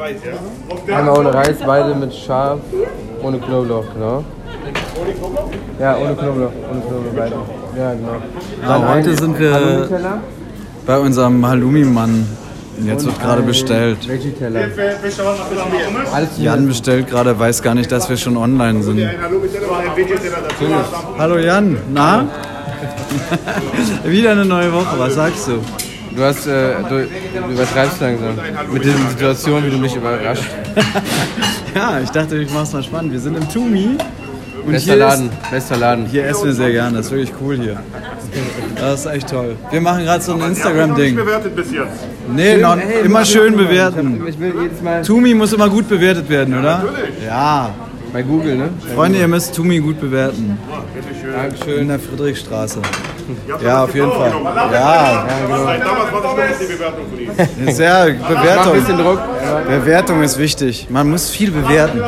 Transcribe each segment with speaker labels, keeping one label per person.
Speaker 1: Reis, ja? Und dann
Speaker 2: Einmal ohne Reis, beide mit Schaf, ohne Knoblauch, genau.
Speaker 1: ohne Knoblauch?
Speaker 2: Ja, ohne Knoblauch, ohne Knoblauch beide. Ja, genau.
Speaker 3: Ja, heute sind wir
Speaker 2: Halloumi-Teller
Speaker 3: bei unserem Halloumi-Mann. Jetzt wird
Speaker 2: und
Speaker 3: gerade
Speaker 2: ein
Speaker 3: bestellt.
Speaker 2: Veggie-Teller.
Speaker 1: Wer will schon was machen? Pommes?
Speaker 2: Alles
Speaker 3: Jan
Speaker 2: zusammen.
Speaker 3: bestellt gerade, weiß gar nicht, dass wir schon online sind.
Speaker 1: Ein Halloumi-Teller oder ein Veggie-Teller dazu?
Speaker 3: Hallo Jan, na? Wieder eine neue Woche, was sagst du?
Speaker 2: Du hast, äh, du, du übertreibst langsam. Mit diesen Situationen, wie du mich überrascht.
Speaker 3: Ja, ich dachte, ich mach's mal spannend. Wir sind im Tumi. Und
Speaker 2: Bester Laden, bester Laden.
Speaker 3: Hier essen wir sehr gerne, das ist wirklich cool hier. Das ist echt toll. Wir machen gerade so ein Instagram-Ding.
Speaker 1: Nicht bewertet bis jetzt.
Speaker 3: Nee, noch,
Speaker 2: Hey,
Speaker 3: immer
Speaker 2: mach
Speaker 3: schön
Speaker 2: doch mal.
Speaker 3: bewerten.
Speaker 2: Ich will jedes Mal
Speaker 3: Tumi muss immer gut bewertet werden, oder? Ja.
Speaker 2: bei Google, ne?
Speaker 3: Freunde, ihr müsst Tumi gut bewerten. In
Speaker 2: Dankeschön.
Speaker 3: der Friedrichstraße. Ja, auf jeden Fall.
Speaker 1: Ja, genau.
Speaker 3: Ja,
Speaker 1: Damals war das noch nicht die Bewertung von ihm.
Speaker 3: Sehr,
Speaker 2: Mach ein bisschen
Speaker 3: Bewertung.
Speaker 2: Druck.
Speaker 3: Bewertung ist wichtig. Man muss viel bewerten.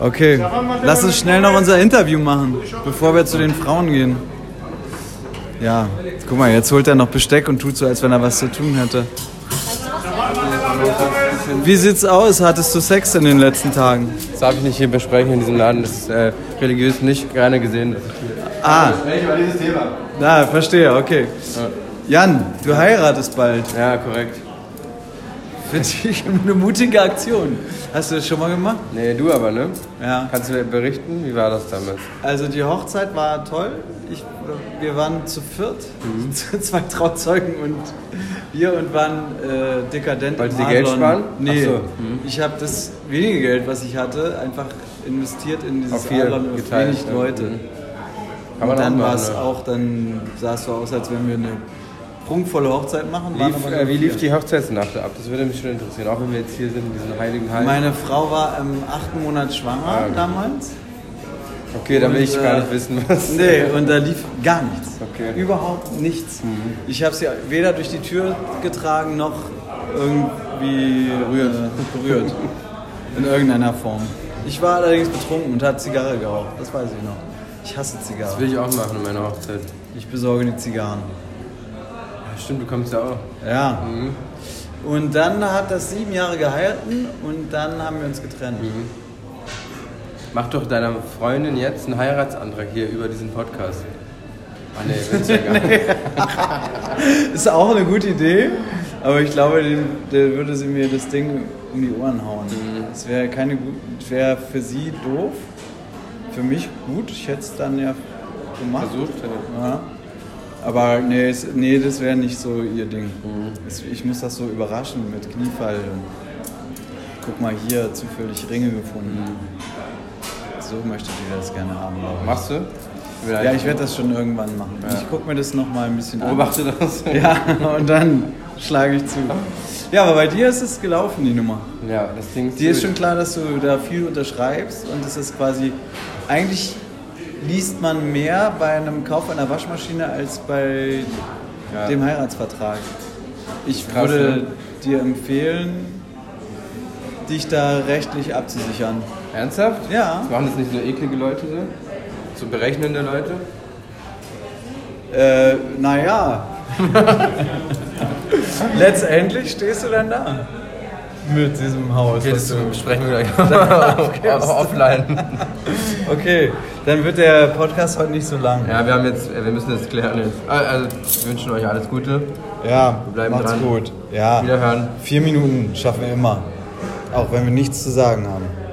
Speaker 3: Okay, lass uns schnell noch unser Interview machen, bevor wir zu den Frauen gehen. Ja, guck mal, jetzt holt er noch Besteck und tut so, als wenn er was zu tun hätte. Wie sieht's aus? Hattest du Sex in den letzten Tagen?
Speaker 2: Das darf ich nicht hier besprechen in diesem Laden. Das ist äh, religiös nicht gerne gesehen.
Speaker 3: Ah. Na, verstehe, okay. Jan, du heiratest bald.
Speaker 2: Ja, korrekt.
Speaker 3: Finde ich eine mutige Aktion. Hast du das schon mal gemacht?
Speaker 2: Nee, du aber, ne?
Speaker 3: Ja.
Speaker 2: Kannst du mir berichten, wie war das damals?
Speaker 3: Also die Hochzeit war toll. Ich, wir waren zu viert,
Speaker 2: Mhm.
Speaker 3: zwei Trauzeugen und wir und waren äh, dekadent.
Speaker 2: Wolltet
Speaker 3: im
Speaker 2: ihr Geld
Speaker 3: Adlon.
Speaker 2: sparen?
Speaker 3: Nee,
Speaker 2: Ach so. Mhm.
Speaker 3: ich habe das wenige Geld, was ich hatte, einfach investiert in dieses
Speaker 2: Auf vier
Speaker 3: Adlon auf
Speaker 2: geteilt,
Speaker 3: wenig
Speaker 2: ja.
Speaker 3: Leute.
Speaker 2: Mhm. Kann
Speaker 3: Und
Speaker 2: man
Speaker 3: dann
Speaker 2: auch
Speaker 3: war
Speaker 2: machen,
Speaker 3: es
Speaker 2: ne?
Speaker 3: auch, dann sah es so aus, als wenn wir eine prunkvolle Hochzeit machen. waren
Speaker 2: Lief,
Speaker 3: aber
Speaker 2: äh,
Speaker 3: nur
Speaker 2: wie lief
Speaker 3: vier.
Speaker 2: die Hochzeitsnacht ab? Das würde mich schon interessieren, auch wenn wir jetzt hier sind in diesem heiligen Heim.
Speaker 3: Meine Frau war im achten Monat schwanger
Speaker 2: Ah, okay.
Speaker 3: damals.
Speaker 2: okay, da will ich
Speaker 3: und,
Speaker 2: gar
Speaker 3: äh,
Speaker 2: nicht wissen, was.
Speaker 3: Nee, und da lief gar nichts.
Speaker 2: Okay. Mhm.
Speaker 3: Überhaupt nichts. Ich habe sie weder durch die Tür getragen noch irgendwie berührt. Äh, berührt. In irgendeiner Form. Ich war allerdings betrunken und hat Zigarre geraucht. Das weiß ich noch. Ich hasse
Speaker 2: Das
Speaker 3: Zigarren.
Speaker 2: will ich auch machen in meiner Hochzeit.
Speaker 3: Ich besorge die Zigarren.
Speaker 2: Ja, stimmt, du kommst ja auch.
Speaker 3: Ja. Und dann hat das sieben Jahre gehalten und dann haben wir uns getrennt.
Speaker 2: Mach doch deiner Freundin jetzt einen Heiratsantrag hier über diesen Podcast. Ah, nee, willst du ja gar nicht.
Speaker 3: Ist auch eine gute Idee, aber ich glaube, dem- der würde sie mir das Ding um die Ohren hauen. Es wäre keine gut, wäre für sie doof, für mich gut. Ich hätte es dann ja gemacht.
Speaker 2: Versucht,
Speaker 3: Ja. Aber nee, es, nee das wäre nicht so ihr Ding. Es, ich muss das so überraschen mit Kniefall. Guck mal hier, zufällig Ringe gefunden. So möchte die das gerne haben. glaube ich.
Speaker 2: Machst du?
Speaker 3: Ja, ich werde das schon irgendwann machen. Ich gucke mir das nochmal ein bisschen an.
Speaker 2: Beobachte das.
Speaker 3: Ja, und dann schlage ich zu. Ja, aber bei dir ist es gelaufen, die Nummer.
Speaker 2: Ja, das Ding ist.
Speaker 3: Dir ist
Speaker 2: durch.
Speaker 3: schon klar, dass du da viel unterschreibst und es ist quasi, eigentlich liest man mehr bei einem Kauf einer Waschmaschine als bei
Speaker 2: Ja.
Speaker 3: dem Heiratsvertrag. Ich
Speaker 2: Krass,
Speaker 3: würde
Speaker 2: ne?
Speaker 3: dir empfehlen, dich da rechtlich abzusichern.
Speaker 2: Ernsthaft?
Speaker 3: Ja.
Speaker 2: Das machen das nicht nur eklige Leute so? So berechnende Leute?
Speaker 3: Äh, naja. Letztendlich stehst du dann da. Mit diesem Haus. was du-
Speaker 2: besprechen wir gleich. Offline.
Speaker 3: Okay, dann wird der Podcast heute nicht so lang.
Speaker 2: Ja, wir haben jetzt, äh, wir müssen das klären jetzt. Ah, Also, wir wünschen euch alles Gute.
Speaker 3: Ja,
Speaker 2: bleiben
Speaker 3: macht's
Speaker 2: dran.
Speaker 3: gut. Ja,
Speaker 2: Wiederhören.
Speaker 3: vier Minuten schaffen wir immer. Auch wenn wir nichts zu sagen haben.